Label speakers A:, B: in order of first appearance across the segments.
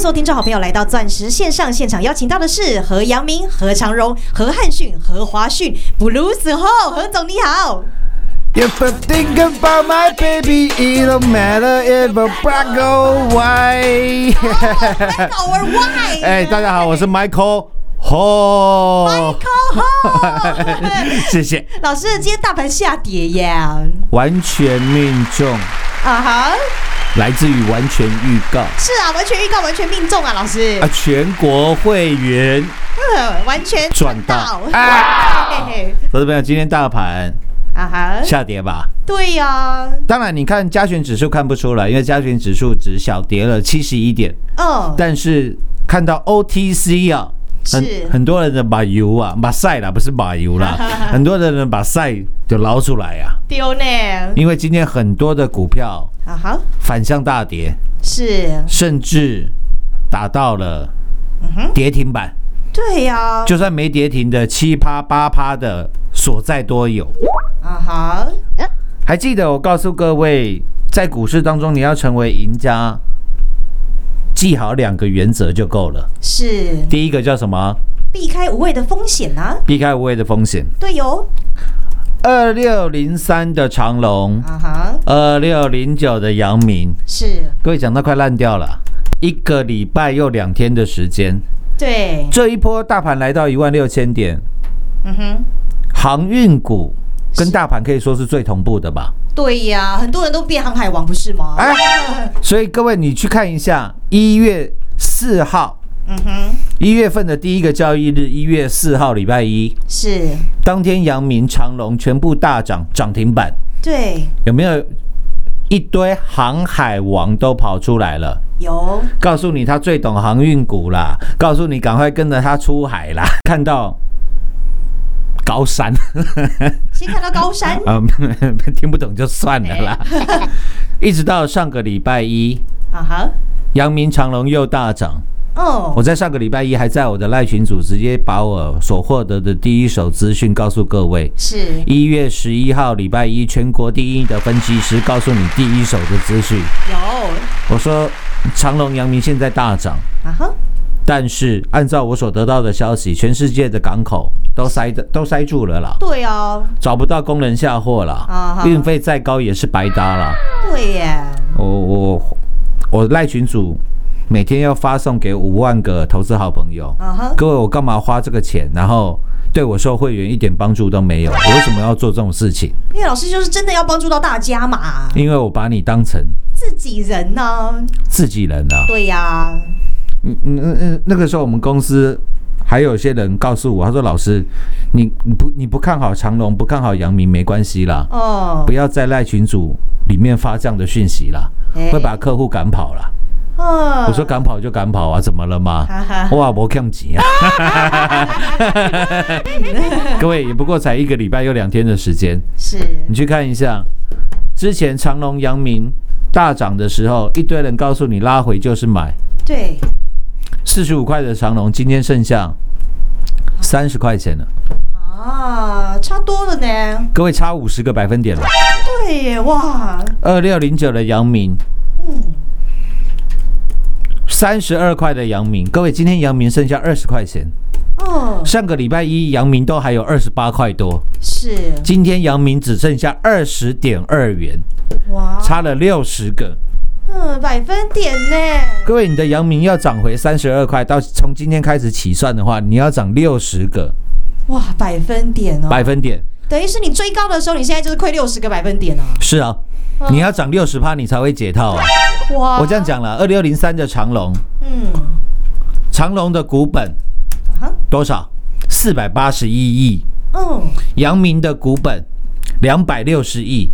A: 收听众好朋友来到钻石线上现场，邀请到的是何阳明、何长荣、何汉逊、何华逊、Bruce 后何总你好。
B: If I think about my baby, it don't matter if I'm black or white.
A: Oh, or white.
B: 哎，大家好，我是 Michael。哦
A: ，Michael，
B: 谢谢
A: 老师。今天大盘下跌耶，
B: 完全命中。
A: 啊哈。
B: 来自于完全预告，
A: 是啊，完全预告，完全命中啊，老师
B: 啊，全国会员，
A: 嗯、完全
B: 赚到，啊！投资朋友，今天大盘
A: 啊哈
B: 下跌吧？
A: 对呀、啊，
B: 当然你看加权指数看不出来，因为加权指数只小跌了七十一点，
A: 嗯，
B: 但是看到 OTC 啊。
A: 很
B: 很多人的把油啊，把晒啦，不是把油 啦，很多的人把晒就捞出来啊，
A: 丢呢。
B: 因为今天很多的股票
A: 啊哈
B: 反向大跌，
A: 是，
B: 甚至打到了跌停板。
A: 对呀，
B: 就算没跌停的七趴八趴的所在多有
A: 啊哈。
B: 还记得我告诉各位，在股市当中你要成为赢家。记好两个原则就够了。
A: 是，
B: 第一个叫什么？
C: 避开无谓的风险啊。
B: 避开无谓的风险。
C: 对哟，
B: 二六零三的长隆，
C: 啊哈，
B: 二六零九的阳明，
C: 是
B: 各位讲到快烂掉了，一个礼拜又两天的时间，
C: 对，
B: 这一波大盘来到一万六千点，
C: 嗯哼，
B: 航运股跟
C: 是
B: 大盘可以说是最同步的吧？
C: 对呀，很多人都变航海王不是吗？
B: 哎，所以各位你去看一下一月四号，
C: 嗯哼，
B: 一月份的第一个交易日，一月四号礼拜一，
C: 是，
B: 当天阳明、长隆全部大涨涨停板，
C: 对，
B: 有没有一堆航海王都跑出来了？
C: 有，
B: 告诉你他最懂航运股啦，告诉你赶快跟着他出海啦。看到高山 ，
C: 先看到高山
B: 啊、 听不懂就算了啦。
C: 哎
B: 一直到上个礼拜一，
C: 啊哈，
B: 阳明长隆又大涨。我
C: 哦，
B: 在上个礼拜一还在我的赖群组直接把我所获得的第一手资讯告诉各位。
C: 是
B: 一月十一号礼拜一，全国第一的分析师告诉你第一手的资讯。
C: 有，
B: 我说长隆、阳明现在大涨，
C: 啊哈，
B: 但是按照我所得到的消息，全世界的港口都塞的都塞住了啦，
C: 对哦，
B: 找不到工人下货
C: 啊
B: 啦
C: 哈，
B: 运费再高也是白搭啦。
C: 对耶，
B: 我我我赖群主每天要发送给五万个投资好朋友，
C: 啊哈，
B: 各位我干嘛花这个钱，然后对我收会员一点帮助都没有？我为什么要做这种事情？
C: 因为老师就是真的要帮助到大家嘛，
B: 因为我把你当成
C: 自己人呢、
B: 自己人了、
C: 对呀、
B: 嗯嗯嗯嗯，那个时候我们公司还有些人告诉我，他说：“老师，你你不你不看好长隆，不看好阳明，没关系啦，
C: 哦
B: 不，要在赖群组里面发这样的讯息啦，
C: 哎
B: 会把客户赶跑啦。
C: 哦
B: 我说：“赶跑就赶跑啊，怎么了 吗？
C: 哈哈
B: 哇，我看急啊！ 各位也不过才一个礼拜又两天的时间，
C: 是
B: 你去看一下，之前长隆、阳明大涨的时候，一堆人告诉你拉回就是买，
C: 对，
B: 四十五块的长隆，今天剩下三十块钱了，
C: 啊，差多了呢，
B: 各位差五十个百分点了。
C: 对耶，哇，
B: 二六零九的阳明，
C: 嗯，
B: 三十二块的阳明，各位今天阳明剩下二十块钱，
C: 哦，
B: 上个礼拜一阳明都还有二十八块多，
C: 是，
B: 今天阳明只剩下二十点二元，
C: 哇，
B: 差了六十个。
C: 嗯，百分点呢，
B: 各位，你的阳明要涨回三十二块，到从今天开始起算的话，你要涨六十个
C: 哇，百分点哦，
B: 百分点。
C: 等于是你追高的时候，你现在就是亏六十个百分点哦，哦
B: 是啊，你要涨六十趴，你才会解套啊。
C: 哇，
B: 我这样，讲了，二六零三的长龙，
C: 嗯，
B: 长隆的股本
C: 啊哈，
B: 多少？四百八十一亿。
C: 嗯，
B: 阳明的股本两百六十亿。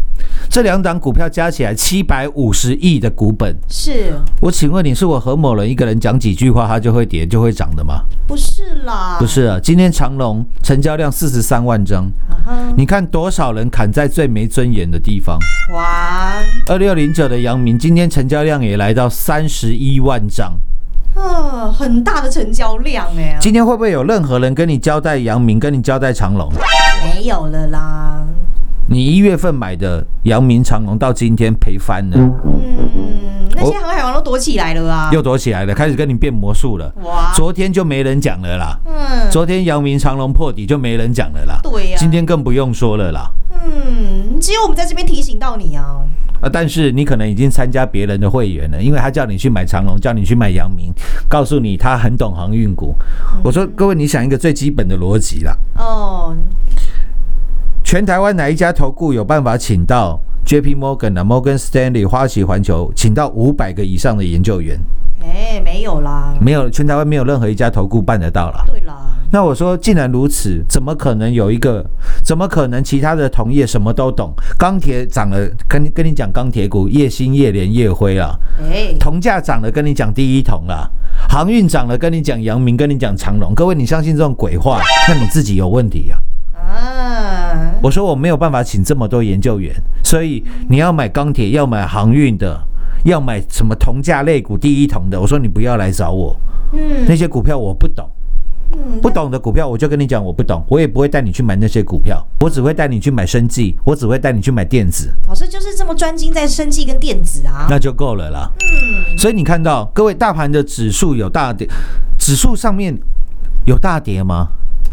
B: 这两档股票加起来七百五十亿的股本，
C: 是
B: 我请问你是我何某人一个人讲几句话，它就会跌就会涨的吗？
C: 不是啦？
B: 不，是啊，今天长隆成交量四十三万张，
C: 啊哈，
B: 你看多少人砍在最没尊严的地方？
C: 哇，
B: 二六零九的阳明今天成交量也来到三十一万张，
C: 嗯，很大的成交量哎，
B: 今天会不会有任何人跟你交代阳明，跟你交代长隆？
C: 没有了啦，
B: 你一月份买的阳明长隆到今天赔翻了，
C: 嗯，那些航海王都躲起来了啊，
B: 又躲起来了，开始跟你变魔术了。
C: 哇，
B: 昨天就没人讲了啦，
C: 嗯，
B: 昨天阳明长隆破底就没人讲了啦，
C: 对呀、
B: 今天更不用说了啦。
C: 嗯，只有我们在这边提醒到你啊，
B: 啊，但是你可能已经参加别人的会员了，因为他叫你去买长隆，叫你去买阳明，告诉你他很懂航运股。我说各位，你想一个最基本的逻辑啦，
C: 哦，
B: 全台湾哪一家投顾有办法请到 J P Morgan 啊、Morgan Stanley、花旗环球，请到五百个以上的研究员？
C: 哎、没有啦，
B: 没有，全台湾没有任何一家投顾办得到啦。
C: 对啦，
B: 那我说，既然如此，怎么可能有一个？怎么可能其他的同业什么都懂？钢铁涨了，跟你跟你讲钢铁股，叶兴、叶联、叶辉啊啦；
C: 哎、
B: 铜价涨了，跟你讲第一铜啦；航运涨了，跟你讲阳明，跟你讲长隆。各位，你相信这种鬼话？那你自己有问题呀、
C: 啊，
B: 我说我没有办法请这么多研究员，所以你要买钢铁，要买航运的，要买什么铜价类股第一铜的，我说你不要来找我，
C: 嗯
B: 那些股票我不懂。
C: 嗯，
B: 不懂的股票，我就跟你讲，我不懂，我也不会带你去买那些股票，我只会带你去买生技，我只会带你去买电子，
C: 老师就是这么专精在生技跟电子啊，
B: 那就够了啦。
C: 嗯，
B: 所以你看到各位，大盘的指数有大跌，指数上面有大跌吗？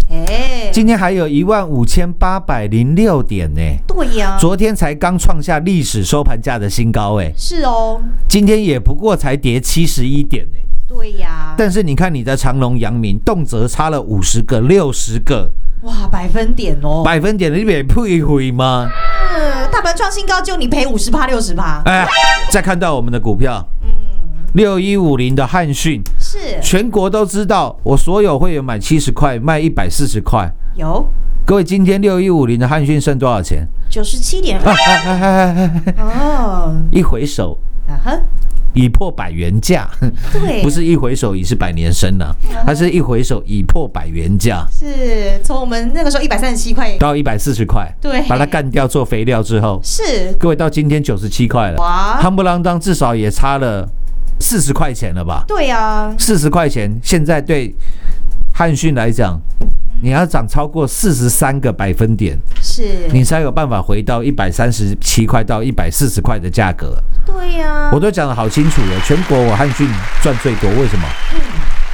C: 哎，
B: 今天还有一万五千八百零六点呢、
C: 对呀，
B: 昨天才刚创下历史收盘价的新高、哎，
C: 是哦，
B: 今天也不过才跌七十一点、哎，
C: 对呀，
B: 但是你看你的长隆、阳明，动辄差了五十个、六十个
C: 哇，百分点哦，
B: 百分点，你别配回吗？
C: 嗯大盘创新高，就你赔五十趴六十趴，
B: 哎，再看到我们的股票，
C: 嗯，
B: 六一五零的汉讯，
C: 是
B: 全国都知道，我所有会员买七十块，卖一百四十块。
C: 有
B: 各位，今天六一五零的汉讯剩多少钱？
C: 九十七点
B: 啊哎哎哎哎哎
C: 哦，
B: 一回首
C: 啊哈，
B: 已破百元价，
C: 对，嗯
B: 不是一回首已是百年身了、它是一回首已破百元价
C: 是从我们那个时候一百三十七块，
B: 到一百四十块，
C: 对
B: 把它干掉做肥料之后，
C: 是
B: 各位到今天九十七块了，
C: 哇，
B: 夯不啷当至少也差了四十块钱了吧？
C: 对呀，
B: 四十块钱，现在对汉讯来讲，
C: 嗯
B: 你要涨超过四十三个百分点，
C: 是，
B: 你才有办法回到一百三十七块到一百四十块的价格。
C: 对呀
B: 我，都讲得好清楚了，全国我汉讯赚最多，为什么？
C: 嗯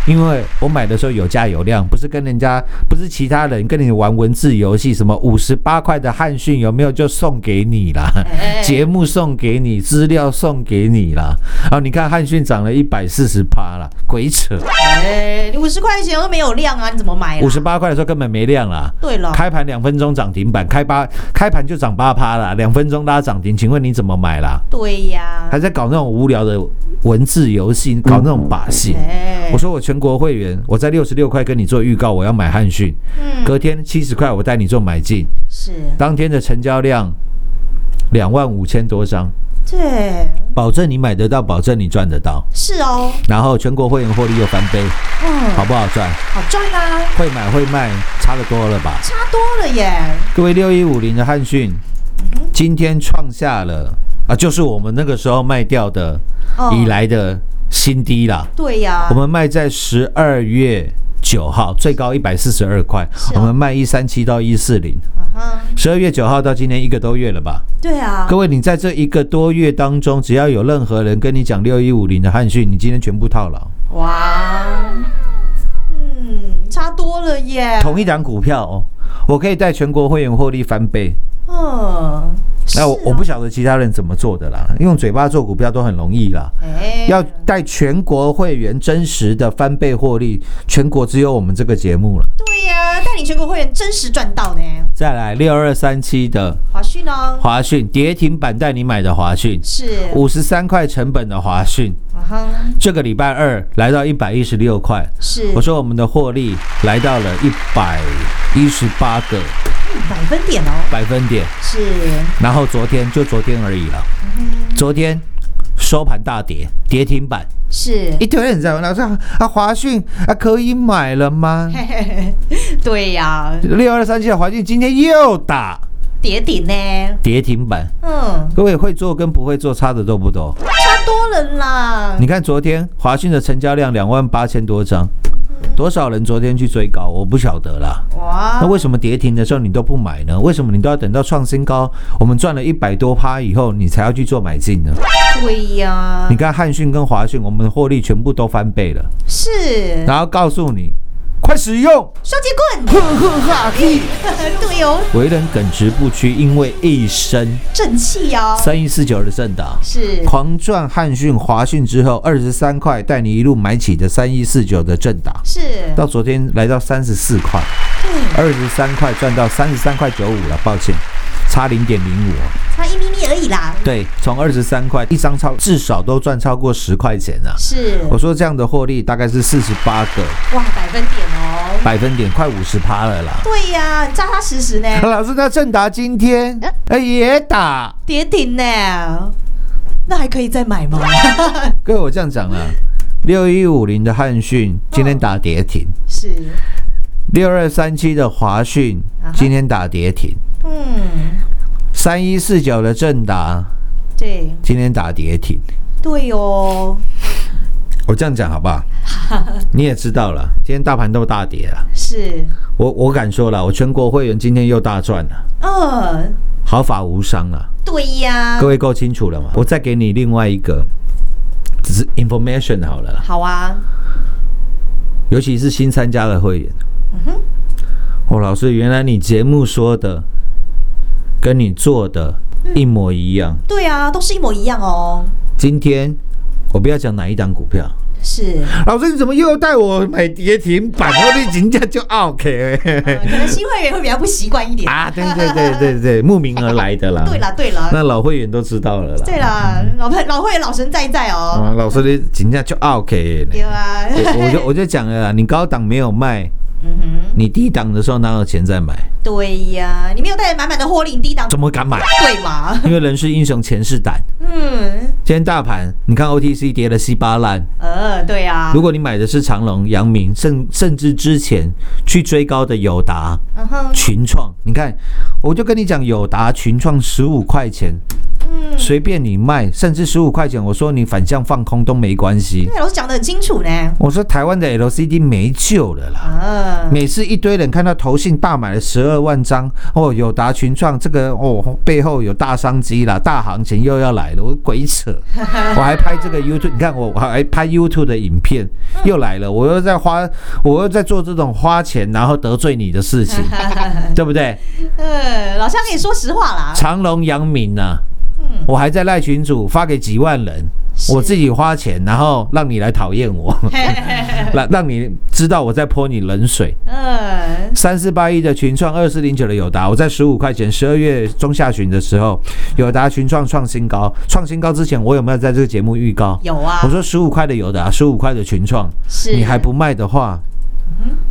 B: 因为我买的时候有价有量，不是跟人家，不是其他人跟你玩文字游戏，什么五十八块的汉讯有没有就送给你啦，
C: 哎
B: 节目送给你，资料送给你啦。啊，你看汉讯涨了一百四十趴啦，鬼扯！
C: 哎，你五十块钱又没有量啊，你怎么买啊？
B: 五十，八块的时候根本没量啦。
C: 对了，
B: 开盘两分钟涨停板，开八开盘就涨八趴啦，两分钟拉涨停，请问你怎么买啦？
C: 对呀，
B: 还在搞那种无聊的文字游戏，搞那种把戏。
C: 哎
B: 我，说我全国会员，我在六十六块跟你做预告，我要买汉讯，
C: 嗯，
B: 隔天七十块我带你做买进，
C: 是，
B: 当天的成交量两万五千多张，
C: 对，
B: 保证你买得到，保证你赚得到，
C: 是哦，
B: 然后全国会员获利又翻倍，
C: 嗯，
B: 好不好赚？
C: 好赚啊，
B: 会买会卖，差得多了吧？
C: 差多了耶，
B: 各位六一五零的汉讯，
C: 嗯
B: 今天创下了啊，就是我们那个时候卖掉的
C: 哦啊
B: 以，来的新低啦。
C: 对呀
B: 我，们卖在十二月九号，最高一百四十二块
C: 是啊，
B: 我们卖一三七到一四零。
C: 啊哈，
B: 十二月九号到今天一个多月了吧？
C: 对啊，
B: 各位，你在这一个多月当中，只要有任何人跟你讲六一五零的汉讯，你今天全部套牢。
C: 啊哇，嗯，差多了耶，
B: 同一档股票哦，我可以带全国会员获利翻倍。
C: 嗯，
B: 那我
C: 是啊
B: 我不，晓得其他人怎么做的啦，用嘴巴做股票都很容易啦。
C: 哎，
B: 要带全国会员真实的翻倍获利，全国只有我们这个节目了。
C: 对呀，带领全国会员真实赚到呢，
B: 再来六二三七的
C: 华讯呢
B: 华讯跌停板带你买的华讯，
C: 是，
B: 五十三块成本的华讯，
C: 啊哈，
B: 这个礼拜二来到一百一十六块。
C: 是
B: 我说我们的获利来到了一百一十八个
C: 百分点哦，
B: 百分点，
C: 是，
B: 然后昨天就昨天而已了，昨天。收盘大跌，跌停板，
C: 是，
B: 一堆人在问老师啊，啊华讯啊可以买了吗？
C: 嘿嘿嘿对呀，
B: 六二三七的华讯今天又打
C: 叠顶呢。
B: 跌停板，
C: 嗯，
B: 各位会做跟不会做差的多不多？
C: 差多了啦。
B: 你看昨天华讯的成交量两万八千多张，多少人昨天去追高？我不晓得啦。
C: 哇
B: 那，为什么跌停的时候你都不买呢？为什么你都要等到创新高，我们赚了一百多趴以后，你才要去做买进呢？
C: 对呀
B: 你，看汉讯跟华讯，我们的获利全部都翻倍了，
C: 嗯是
B: 然后告诉你，快使用，
C: 双节棍，
B: 呵呵哈嘿，
C: 对哦，
B: 为人耿直不屈，因为一生
C: 正气哦，
B: 三一四九的正达。
C: 是
B: 狂赚汉讯、华讯之后，二十三块带你一路买起的三一四九的正达，
C: 是，
B: 到昨天来到三十四块，
C: 嗯，
B: 二十三块赚到三十三块九五了，抱歉，差零点零五。
C: 差一咪咪而已啦，
B: 对，从二十三块一张超至少都赚超过十块钱啊。
C: 是
B: 我说这样的获利大概是四十八个
C: 哇，百分点哦，
B: 百分点，快五十趴了啦。
C: 对呀，扎扎实实呢，
B: 老师，那正达今天哎也打，
C: 跌停呢，那还可以再买吗？
B: 各位我这样讲啊，六一五零的汉讯今天打跌停，
C: 是，
B: 六二三七的华讯
C: 啊哈
B: 今天打跌停，
C: 嗯，
B: 三一四九的正达
C: 对
B: 今天打跌停。
C: 对哦，
B: 我这样讲好不 好？你也知道了，今天大盘都大跌了。
C: 是，
B: 我我敢说了，我全国会员今天又大赚了，
C: 嗯，
B: 毫发无伤啊！
C: 对呀
B: 各，位够清楚了吗？我再给你另外一个，只是 information 好了啦。
C: 好啊，
B: 尤其是新参加的会员。
C: 嗯
B: 哦，老师，原来你节目说的跟你做的
C: 嗯
B: 一模一样。
C: 对啊，都是一模一样哦。
B: 今天我不要讲哪一档股票，
C: 是，
B: 老师你怎么又带我买跌停板？我的评价就 OK 了
C: 可能新会员会比较不习惯一点。
B: 啊！对对对对对，慕名而来的啦。
C: 对啦，对啦，
B: 那老会员都知道了啦。
C: 对啦，老朋老会员老神在在哦。
B: 啊，老师的评价就 OK 了
C: 对。啊，
B: 嗯我我就我就讲了啦，你高档没有卖，
C: 嗯哼，
B: 你低档的时候哪有钱再买？
C: 对呀，你没有带着满满的获利，你低档
B: 怎么敢买？
C: 对嘛？
B: 因为人是英雄，钱是胆。
C: 嗯，
B: 今天大盘，你看 OTC 跌了稀巴烂。
C: 呃，对啊
B: 如，果你买的是长隆、阳明，甚甚至之前去追高的友达、
C: 嗯哼，
B: 群创，你看，我就跟你讲，友达、群创十五块钱，
C: 嗯，
B: 随便你卖，甚至十五块钱，我说你反向放空都没关系。
C: 哎对，老师讲的很清楚呢。
B: 我说台湾的 LCD 没救了啦。
C: 嗯，
B: 每次一堆人看到投信大买了十二万张，哦，友达群创这个哦背后有大商机啦，大行情又要来了，我鬼扯！我还拍这个 YouTube，你看我我还拍 YouTube 的影片，又来了，我又在花，我又在做这种花钱然后得罪你的事情，对不对？
C: 呃，老师要跟你说实话啦。
B: 长隆、阳明呐、啊，我还在赖群主发给几万人，
C: 嗯是
B: 我自己花钱，然后让你来讨厌 我，让让你知道我在泼你冷水。
C: 嗯，
B: 三四八一的群创，二四零九的友达，我在十五块钱，十二月中下旬的时候，友达群创创新高，创新高之前，我有没有在这个节目预告？
C: 有啊
B: 我，说十五块的友达，十五块的群创，
C: 是嗯
B: 你还不卖的话，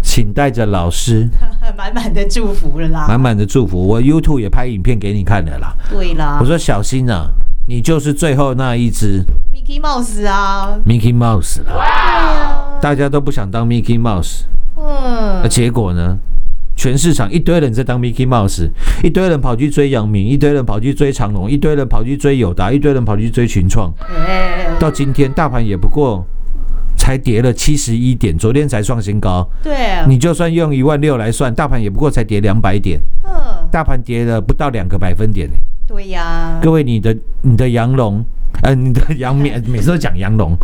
B: 请带着老师
C: 满满的祝福了啦。
B: 满满的祝福，我 YouTube 也拍影片给你看的啦。
C: 对啦
B: 我说小心啊，你就是最后那一只
C: ，Mickey Mouse 啊，
B: Mickey Mouse 啦，大家都不想当 Mickey Mouse。
C: 嗯
B: 那，结果呢？全市场一堆人在当 Mickey Mouse，一堆人跑去追阳明，一堆人跑去追长隆，一堆人跑去追友达，一堆人跑去追群创。
C: 哎，
B: 到今天，大盘也不过才跌了七十一点，昨天才创新高。
C: 对，啊
B: 你就算用一万六来算，大盘也不过才跌两百点，
C: 嗯，
B: 大盘跌了不到两个百分点、
C: 对呀，
B: 各位，你的你的羊绒， 呃，你的羊棉，每次都讲羊 绒，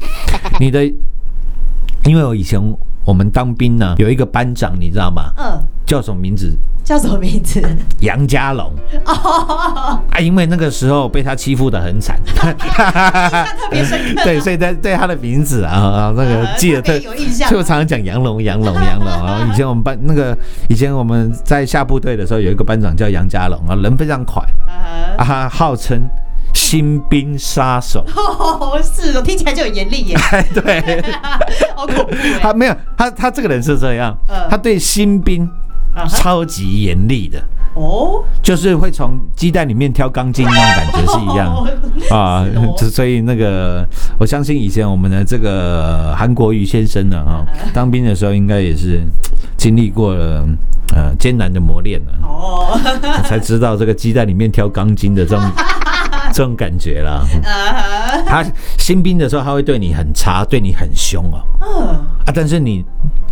B: 你的，因为我以前我们当兵呢，有一个班长，你知道吗？
C: 嗯，
B: 叫什么名字？
C: 叫什么名字？
B: 杨家龙
C: 哦，
B: 啊，因为那个时候被他欺负的很惨，
C: 特别深刻， 呃
B: 对，所以他对他的名字啊啊，那个记得
C: 特别
B: 特。
C: 有印象
B: 就。常常讲杨龙，杨龙，杨 龙啊！以前我们班那个，以前我们在下部队的时候，有一个班长叫杨家龙啊，人非常快
C: 啊
B: 啊，他号称新兵杀手。
C: 哦，是哦，听起来就很严厉耶，
B: 哎，对，
C: 好恐怖 耶
B: 他没有，他他这个人是这样
C: 嗯，
B: 他对新兵
C: 啊哈
B: 超级严厉的，
C: 哦，
B: 就是会从鸡蛋里面挑钢筋那种感觉是一样的。啊
C: 是 哦，
B: 这所以那个，我相信以前我们的这个韩国瑜先生呢，啊，
C: 嗯
B: 当兵的时候应该也是经历过了呃艰难的磨练了，
C: 哦，
B: 才知道这个鸡蛋里面挑钢筋的 这种这种感觉啦。
C: 啊
B: 他新兵的时候，他会对你很差，对你很凶哦，
C: 哈，嗯，
B: 啊，但是你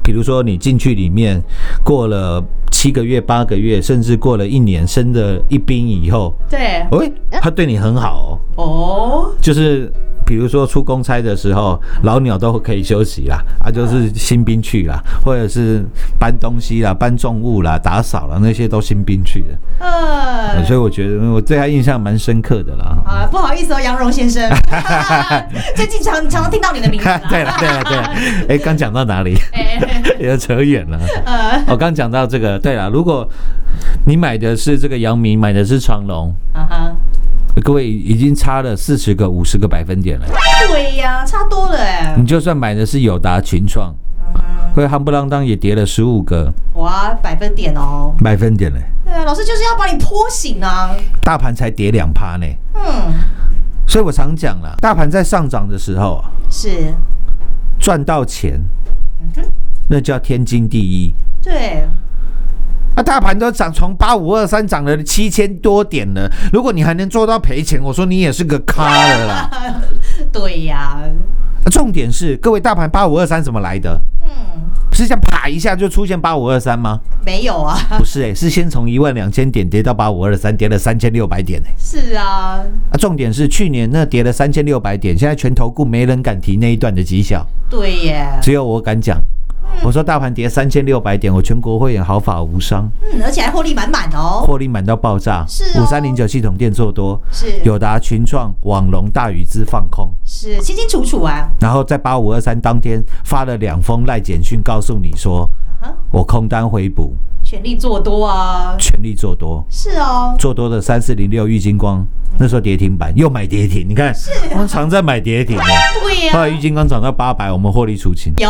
B: 比如说你进去里面过了七个月、八个月，甚至过了一年，升了一兵以后，
C: 对，
B: 喂、他对你很好哦。
C: 哦，
B: 就是比如说出公差的时候，老鸟都可以休息啦，啊，就是新兵去啦，或者是搬东西啦、搬重物啦、打扫啦，那些都新兵去的，
C: 嗯
B: 所以我觉得我对他印象蛮深刻的啦。。
C: 啊，不好意思哦，杨荣先生，最近常常常听到你的名字啦
B: 对了，对了，对了， 哎，刚讲到哪里？ 也扯远了。哦
C: 呃，
B: 我刚讲到这个，对了，如果你买的是这个阳明，买的是长隆，
C: 啊哈，
B: 各位已经差了四十个、五十个百分点了。
C: 对呀，差多了哎，
B: 你就算买的是友达群创，会夯不啷当也跌了十五个
C: 哇，百分点哦，
B: 百分点嘞，
C: 对啊，老师就是要把你泼醒啊，
B: 大盘才跌两趴呢。
C: 嗯，
B: 所以我常讲了，大盘在上涨的时候啊，
C: 是，
B: 赚到钱，那叫天经地义。
C: 对，
B: 啊，大盘都涨从八五二三涨了七千多点了，如果你还能做到赔钱，我说你也是个咖了啦。
C: 对呀，
B: 啊重点是，各位大盘八五二三怎么来的？
C: 嗯，
B: 是想啪一下就出现八五二三吗？
C: 没有啊，
B: 不是诶、欸是先从一万两千点跌到八五二三，跌了三千六百点诶、欸
C: 是啊，
B: 啊，重点是去年那跌了三千六百点，现在全投顾没人敢提那一段的绩效，
C: 对耶，
B: 只有我敢讲。
C: 嗯
B: 我说大盘跌三千六百点，我全国会员毫发无伤，
C: 嗯，而且还获利满满哦。
B: 获利满到爆炸。
C: 是哦
B: 五三零九系统店做多，
C: 是
B: 友达、群创、网龙、大宇资放空。
C: 是清清楚楚啊，
B: 然后在八五二三当天发了两封赖简讯，告诉你说
C: 哼
B: 我空单回补，
C: 全力做多啊，
B: 全力做多，
C: 是哦，
B: 做多的三四零六玉金光，那时候跌停板又买跌停，你看我们常在买跌停的，
C: 对啊
B: 后
C: 呀、
B: 来玉金光涨到八百，我们获利出清，
C: 有，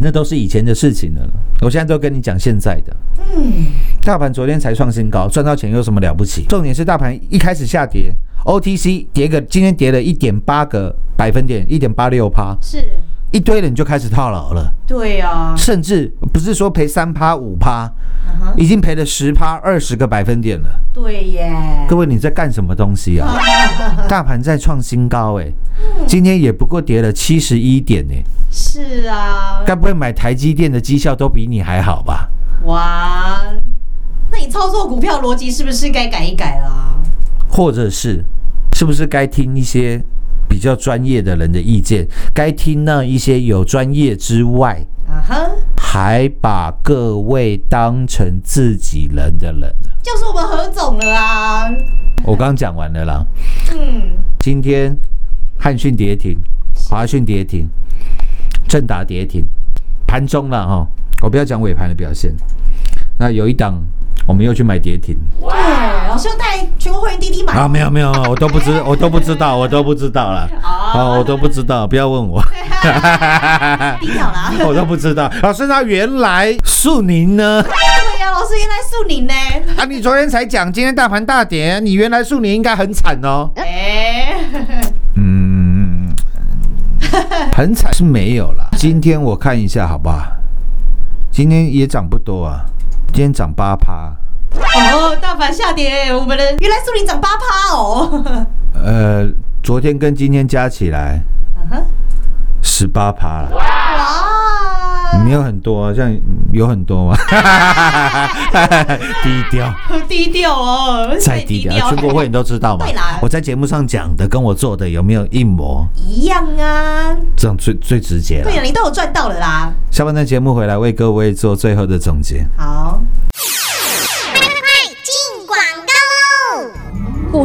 B: 那都是以前的事情了。我现在都跟你讲现在的。
C: 嗯，
B: 大盘昨天才创新高，赚到钱有什么了不起？重点是大盘一开始下跌，OTC 跌个今天跌了一点八个百分点，一点八六趴，
C: 是，
B: 一堆人就开始套牢了，
C: 对呀、啊，
B: 甚至不是说赔三趴五趴，
C: 嗯哼
B: 已经赔了十趴二十个百分点了。
C: 对耶，
B: 各位你在干什么东西 啊？大盘在创新高哎、
C: 嗯
B: 今天也不过跌了七十一点哎、
C: 是啊，
B: 该不会买台积电的绩效都比你还好吧？
C: 哇，那你操作股票逻辑是不是该改一改啦？
B: 或者是是不是该听一些比较专业的人的意见？该听那一些有专业之外，
C: 啊哈，
B: 还把各位当成自己人的人呢？
C: 就是我们何总了啊，
B: 我刚讲完了啦。
C: 嗯，
B: 今天汉讯跌停，华讯跌停，正达跌停，盘中了哈，我不要讲尾盘的表现。那有一档我们又去买跌停
C: 对，老师又带全国会员滴滴买
B: 啊，没有没有，我都不知我都不知道我都不知道了。
C: 啊，
B: 哦，我都不知道，不要问我，
C: 低 调啦，
B: 我都不知道。啊老师，那原来树宁呢？
C: 对呀、老师原来是你呢，
B: 啊，你昨天才讲，今天大盘大跌，你原来树宁应该很惨哦。
C: 哎，
B: 嗯，很惨是没有了。今天我看一下，好不好？今天也涨不多啊，今天涨八趴。
C: 哦，大盘下跌，我们的原来树林涨八趴哦。
B: 呃，昨天跟今天加起来
C: 嗯哼
B: 十八趴了。
C: 哇，
B: 没有很多、啊，像有很多吗？ 低调，
C: 好 低调哦，
B: 再低调，全国会员都知道嘛
C: 对啦。
B: 我在节目上讲的跟我做的有没有一模？
C: 一样啊。
B: 这样最最直接了
C: 对。呀，啊你都有赚到了啦。
B: 下半段节目回来为各位做最后的总结。
C: 好，
D: 进广告喽！股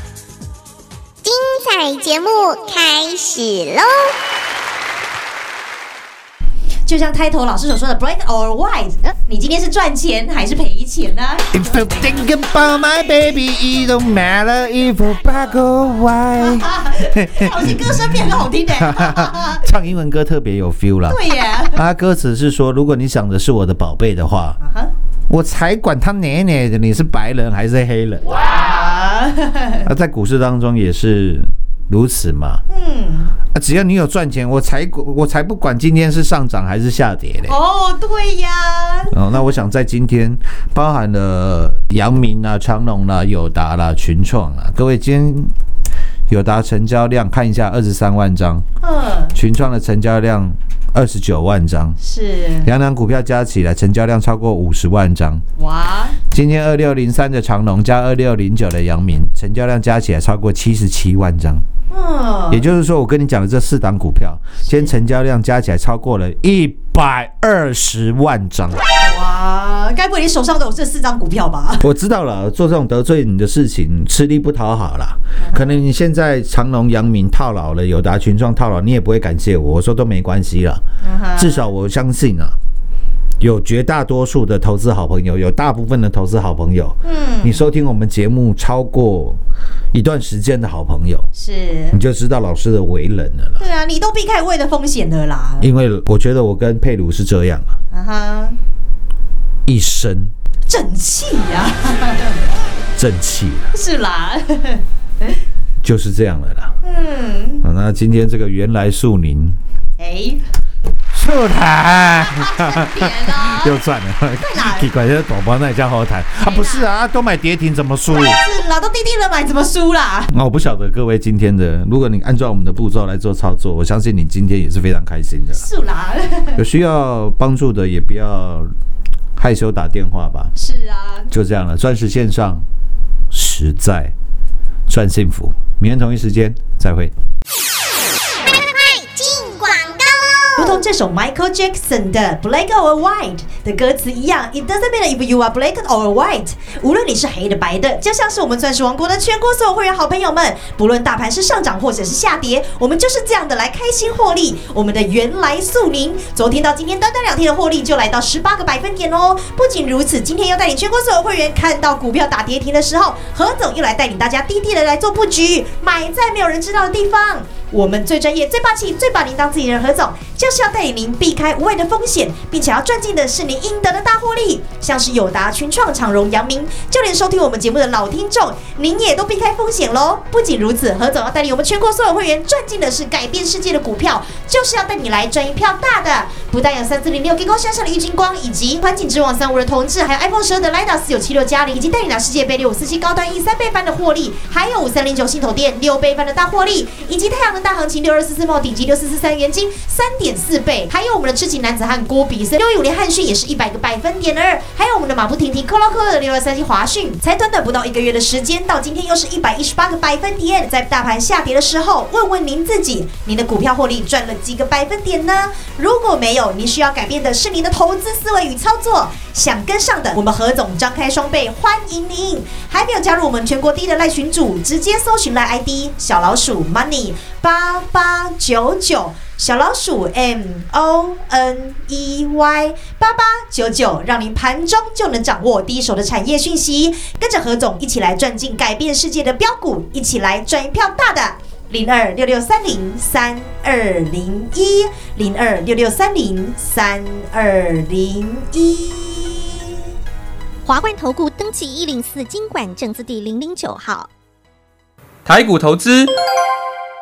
E: 彩节目开始喽！
C: 就像开头老师所说的 “bright or white”，你今天是赚钱还是赔 钱呢、
B: If you think about my baby, it don't matter if you black or white
C: 啊？老师歌声变很好听的、
B: 唱英文歌特别有 feel 啦。
C: 对啊耶。
B: 他歌词是说，如果你想的是我的宝贝的话，
C: 啊哈
B: 我才管他奶奶的你是白人还是黑人。
C: 啊，
B: 啊，在股市当中也是如此嘛。
C: 嗯，
B: 啊，只要你有赚钱，我才我才不管今天是上涨还是下跌嘞。
C: 哦，对呀，
B: 哦，那我想在今天包含了阳明啊、长隆啦、友达啦、群创啦，各位今天友达成交量看一下二十三万张，
C: 嗯，
B: 群创的成交量二十九万张，
C: 是
B: 两档股票加起来成交量超过五十万张。
C: 哇，
B: 今天二六零三的长隆加二六零九的阳明，成交量加起来超过七十七万张。
C: 嗯，
B: 也就是说，我跟你讲的这四档股票，今天成交量加起来超过了一百二十万张。
C: 哇，该不会你手上都有这四张股票吧？
B: 我知道了，做这种得罪你的事情，吃力不讨好啦。
C: 嗯
B: 可能你现在长隆、阳明套牢了，友达、
C: 嗯
B: 群创套牢，你也不会感谢我。我说都没关系啦，至少我相信啊，有绝大多数的投资好朋友，有大部分的投资好朋友，
C: 嗯，
B: 你收听我们节目超过一段时间的好朋友，
C: 是
B: 你，就知道老师的为人了啦。
C: 对啊，你都避开胃的风险了啦，
B: 因为我觉得我跟佩鲁是这样啊，
C: 啊哈，
B: 一身
C: 正气呀、
B: 正气啊
C: 是啦，
B: 就是这样了啦。
C: 嗯，
B: 好那今天这个原来树林
C: 哎，
B: 树台
C: 点啊，
B: 又赚了，
C: 哪
B: 奇怪，这宝宝那叫好谈啊？不是啊，都买跌停怎么输？啊
C: 是啦，都滴滴了买怎么输啦？
B: 那、我不晓得各位今天的，如果你按照我们的步骤来做操作，我相信你今天也是非常开心的啦。
C: 是啦，
B: 有需要帮助的也不要害羞打电话吧，
C: 是啊，
B: 就这样了。钻石线上，实在赚幸福。明天同一时间再会。
E: 进广告
C: 如同这首 Michael Jackson 的 Black or White 的歌词一样，It doesn't matter if you are black or white，无论你是黑的白的，就像是我们钻石王国的全国所有会员好朋友们，不论大盘是上涨或者是下跌，我们就是这样的来开心获利。我们的原来速宁，昨天到今天短短两天的获利就来到十八个百分点哦。不仅如此，今天要带领全国所有会员看到股票打跌停的时候，何总又来带领大家低低的来做布局，买在没有人知道的地方。我们最专业、最霸气、最把您当自己人的何总，就是要带领您避开无谓的风险，并且要赚进的是您应得的大获利。像是友达、群创、长荣、阳明，就连收听我们节目的老听众，您也都避开风险喽。不仅如此，何总要带领我们全国所有会员赚进的是改变世界的股票，就是要带你来赚一票大的。不但有三四零六 G 高山上的郁金光，以及环境之王三五的同志，还有 iPhone 十二的 Lida 四九七六加零，以及带你拿世界杯六五四七高端一三倍翻的获利，还有五三零九信投店六倍翻的大获利，以及太阳能大行情六二四四茂顶级六四四三元金三点四倍，还有我们的痴情男子汉郭比森六一五零汉逊也是一百个百分点二，还有我们的马不停蹄克劳克的六二三七华讯，才短短不到一个月的时间，到今天又是一百一十八个百分点，在大盘下跌的时候，问问您自己，您的股票获利赚了几个百分点呢？如果没有，您需要改变的是您的投资思维与操作。想跟上的，我们何总张开双臂欢迎您。还没有加入我们全国第一的赖群组，直接搜寻赖 ID 小老鼠 money 八八九九。小老鼠 M O N E Y 八八九九，让您盘中就能掌握第一手的产业讯息，跟着何总一起来赚进改变世界的标股，一起来赚一票大的。零二六六三零三二零一，零二六六三零三二零一。
D: 华冠投顾登记一零四经管证字第零零九号。
F: 台股投资，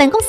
D: 本公司